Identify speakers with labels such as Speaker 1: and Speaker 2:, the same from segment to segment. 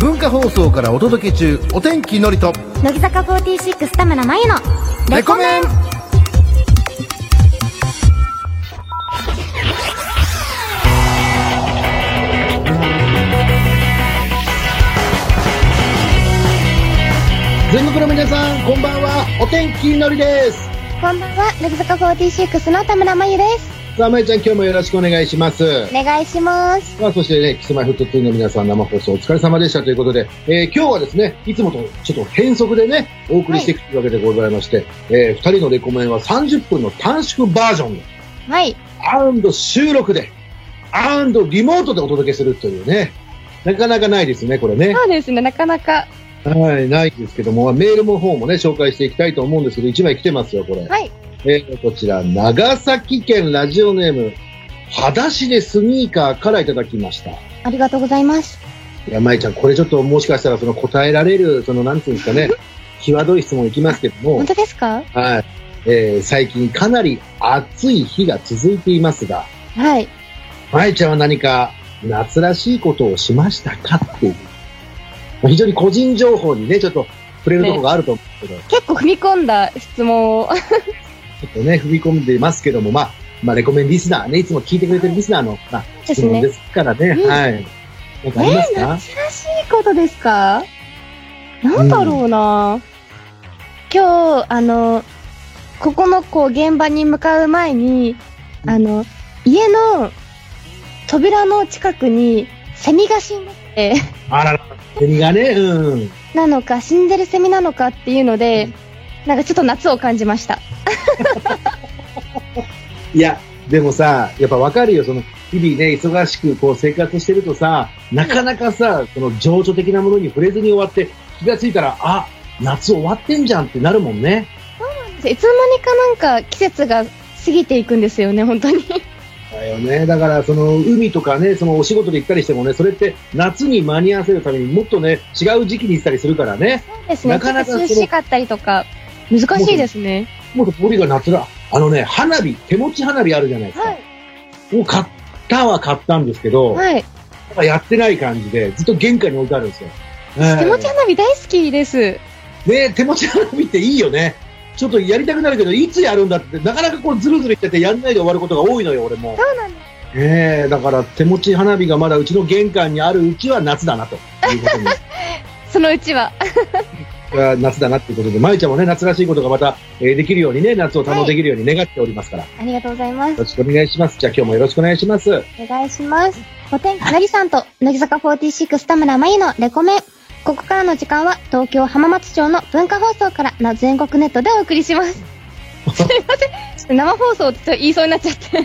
Speaker 1: 文化放送からお届け中お天気のりと
Speaker 2: 乃木坂46田村真由のレコメン
Speaker 1: 全国の皆さんこんばんはお天気のりです
Speaker 2: こんばんは乃木坂46の田村真由です
Speaker 1: さあまゆちゃん今日もよろしくお願いします
Speaker 2: お願いします
Speaker 1: さあ、そしてね、キスマイフットツーの皆さん生放送お疲れ様でしたということで、えー今日はですね、いつもとちょっと変則でね、お送りしていくわけでございまして、えー、二人のレコメンは30分の短縮バージョンで
Speaker 2: はい
Speaker 1: アンド収録で、アンドリモートでお届けするというね、なかなかないですね、これね。
Speaker 3: そうですね、なかなか。
Speaker 1: はい、ないですけども、メールの方もね、紹介していきたいと思うんですけど、1枚来てますよ、これ。
Speaker 2: はい
Speaker 1: えー、こちら、長崎県ラジオネーム、裸足でスニーカーからいただきました。
Speaker 2: ありがとうございます
Speaker 1: いや、まいちゃん、これちょっともしかしたらその答えられる、その、なんていうんですかね、際どい質問いきますけども
Speaker 2: 本、当ですか
Speaker 1: はい。えー最近かなり暑い日が続いていますが、
Speaker 2: はい
Speaker 1: まいちゃんは何か夏らしいことをしましたかっていう。まあ非常に個人情報にね、ちょっと触れるところがあると思うけど、
Speaker 3: 結構踏み込んだ質問 を。
Speaker 1: ちょっとね、踏み込んでますけども、まあ、まあ、レコメンリスナーね、いつも聞いてくれてるリスナーの、まあ、
Speaker 3: で
Speaker 1: 質
Speaker 3: す
Speaker 1: 問
Speaker 3: ね
Speaker 1: で。すからね、
Speaker 2: うん
Speaker 1: はい。なんかありますか、
Speaker 3: 夏らしいことですかなんだろうな、今日、あの、ここのこう現場に向かう前に、あの、家の扉の近くにセミが死んでて、
Speaker 1: あらら、国がね、うん。
Speaker 3: なのか、死んでるセミなのかっていうので、なんかちょっと夏を感じました。
Speaker 1: いや、でもさ、やっぱわかるよ、その、日々ね、忙しくこう生活してるとさ、なかなかさ、その情緒的なものに触れずに終わって、気がついたら、あ、夏終わってんじゃんってなるもんね。
Speaker 3: いつの間にかなんか季節が過ぎていくんですよね、本当に。
Speaker 1: だよね。だから、その、海とかね、そのお仕事で行ったりしてもね、それって夏に間に合わせるためにもっとね、違う時期に行ったりするからね、
Speaker 3: ですね。
Speaker 1: なかなかその
Speaker 3: 涼しかったりとか、難しいですね。
Speaker 1: もっとボディが夏だ。あのね、花火、手持ち花火あるじゃないですか。
Speaker 2: はい
Speaker 1: もう買ったは買ったんですけど、
Speaker 3: はい。
Speaker 1: なんかやってない感じで、ずっと玄関に置いてあるんですよ。
Speaker 3: 手持ち花火大好きです。
Speaker 1: ね手持ち花火っていいよね。ちょっとやりたくなるけど、いつやるんだって、なかなかこう、ずるずるしてて、やんないで終わることが多いのよ、俺も。
Speaker 2: そうなんです
Speaker 1: ねえ、だから、手持ち花火がまだうちの玄関にあるうちは夏だな、ということに。
Speaker 3: そのうちは。
Speaker 1: が夏だなっていうことで、まゆちゃんもね、夏らしいことがまた、えーできるようにね、夏を堪能できるように願っておりますから、よ
Speaker 2: ありがとうございます
Speaker 1: ろしくお願いします。じゃあ今日もよろしくお願いします。
Speaker 2: お願いします。お天気のりさんと、乃木坂46田村真由のレコメン。ここからの時間は、東京浜松町の文化放送からの全国ネットでお送り します。
Speaker 3: ちょっと生放送って言いそうになっちゃって。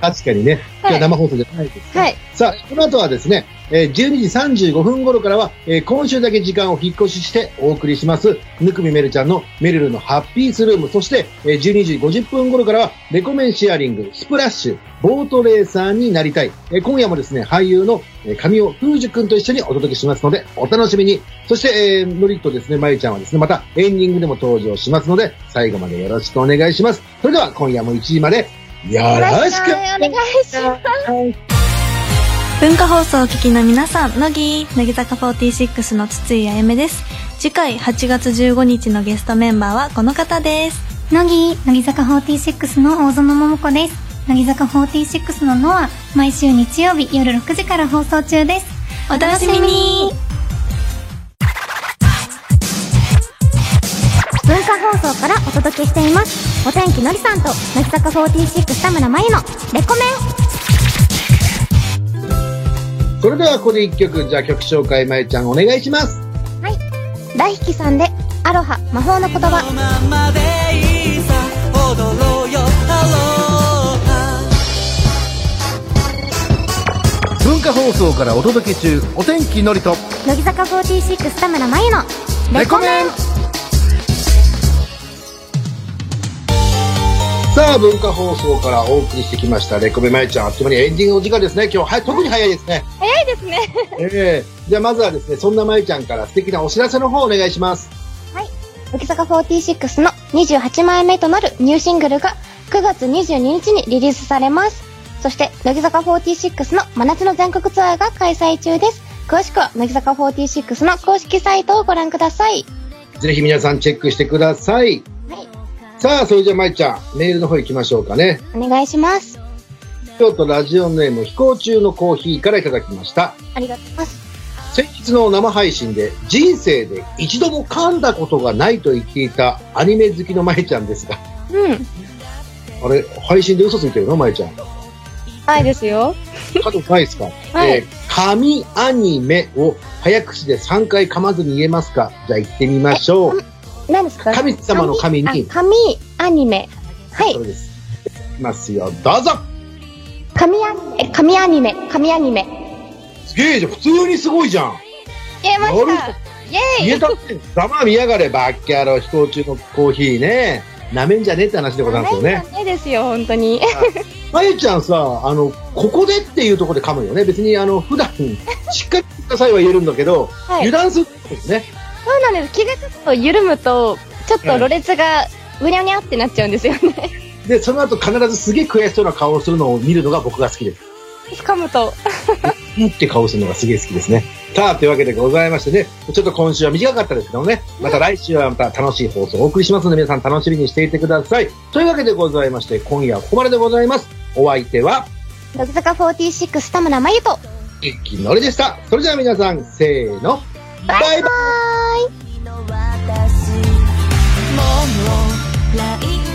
Speaker 1: 確かにね、今
Speaker 3: はい
Speaker 1: 日は生放送じゃないですね
Speaker 3: はい。
Speaker 1: さあ、この後はですね、えー12時35分頃からは、えー今週だけ時間を引っ越ししてお送りします、ぬくみめるちゃんのめるるのハッピースルーム、そして、えー12時50分頃からは、レコメンシェアリング、スプラッシュ、ボートレーサーになりたい。えー今夜もですね、俳優の、えー神尾楓珠くんと一緒にお届けしますので、お楽しみに。そして、えー、のりとですね、まゆちゃんはですね、またエンディングでも登場しますので、最後までよろしくお願いします。それでは、今夜も1時まで、よろしく
Speaker 2: お願いします。
Speaker 4: 文化放送をお聞きの皆さん、乃木乃木坂46の筒井あやめです。次回8月15日のゲストメンバーはこの方です。
Speaker 5: 乃木乃木坂46の大園桃子です乃木坂46のノア毎週日曜日夜6時から放送中です
Speaker 4: お楽しみに
Speaker 2: 文化放送からお届けしています。お天気のりさんと、乃木坂46田村真由のレコメ
Speaker 1: それではここで一曲、じゃあ曲紹介、まゆちゃんお願いします。
Speaker 2: ン。はい。大引きさんで、アロハ魔法の言葉。
Speaker 6: ままでいいさ踊ろうよハローハ
Speaker 1: 文化放送からお届け中、お天気のりと、
Speaker 2: 乃木坂46田村真由のレコメン。
Speaker 1: さあ、文化放送からお送りしてきました、レコメまゆちゃん、あっという間にエンディングのお時間ですね、今日、はい、特に早いですね。
Speaker 3: 早いですね。
Speaker 1: ええじゃあまずはですね、そんなまゆちゃんから素敵なお知らせの方お願いします。
Speaker 2: 乃木坂46の28枚目となるニューシングルが9月22日にリリースされます。そして、乃木坂46の真夏の全国ツアーが開催中です。詳しくは、乃木坂46の公式サイトをご覧ください。
Speaker 1: ぜひ皆さんチェックしてください。
Speaker 2: はい
Speaker 1: さあ、それじゃあ、まいちゃん、メールの方行きましょうかね。
Speaker 2: お願いします。
Speaker 1: 京都ラジオネーム飛行中のコーヒーからいただきました。
Speaker 2: ありがとうございます。
Speaker 1: 先日の生配信で人生で一度も噛んだことがないと言っていたアニメ好きのまいちゃんですが、
Speaker 3: うん。
Speaker 1: あれ、配信で嘘ついてるのまいちゃん。
Speaker 3: はいですよ。
Speaker 1: かとないですか、
Speaker 3: はい
Speaker 1: えー神アニメを早口で3回噛まずに言えますかじゃあ行ってみましょう。
Speaker 3: 何ですか
Speaker 1: 神様の神に、
Speaker 3: あ神アニメ。は
Speaker 1: そ
Speaker 3: い。
Speaker 1: れです。いきますよ。どうぞ
Speaker 2: 神アニメ、神アニメ、神アニメ。
Speaker 1: すげえじゃん。普通にすごいじゃん。
Speaker 2: 言えま
Speaker 1: なる
Speaker 2: した。イェ
Speaker 1: 言
Speaker 2: ー
Speaker 1: えたって、黙見やがれ、バッキャロー、飛行中のコーヒーね。なめんじゃねえって話でございますよね。
Speaker 3: ないですよ、本当に。
Speaker 1: まゆちゃんさ、あの、ここでっていうところで噛むよね。別に、あの、普段、しっかりくださいは言えるんだけど、
Speaker 3: い
Speaker 1: 油断するんですね。
Speaker 3: そうなんです。気がちょっと緩むと、ちょっとろれつが、うにゃうにゃってなっちゃうんですよね。
Speaker 1: で、その後必ずすげえ悔しそうな顔をするのを見るのが僕が好きです。
Speaker 3: 掴むと。
Speaker 1: うんって顔するのがすげえ好きですね。さあ、というわけでございましてね、ちょっと今週は短かったですけどもね、また来週はまた楽しい放送をお送りしますので、皆さん楽しみにしていてください。というわけでございまして、今夜はここまででございます。お相手は、
Speaker 2: イ乃木坂46田村真由と。
Speaker 1: 一気のりでした。それでは皆さん、せーの、バイバイ
Speaker 6: 君の私もう来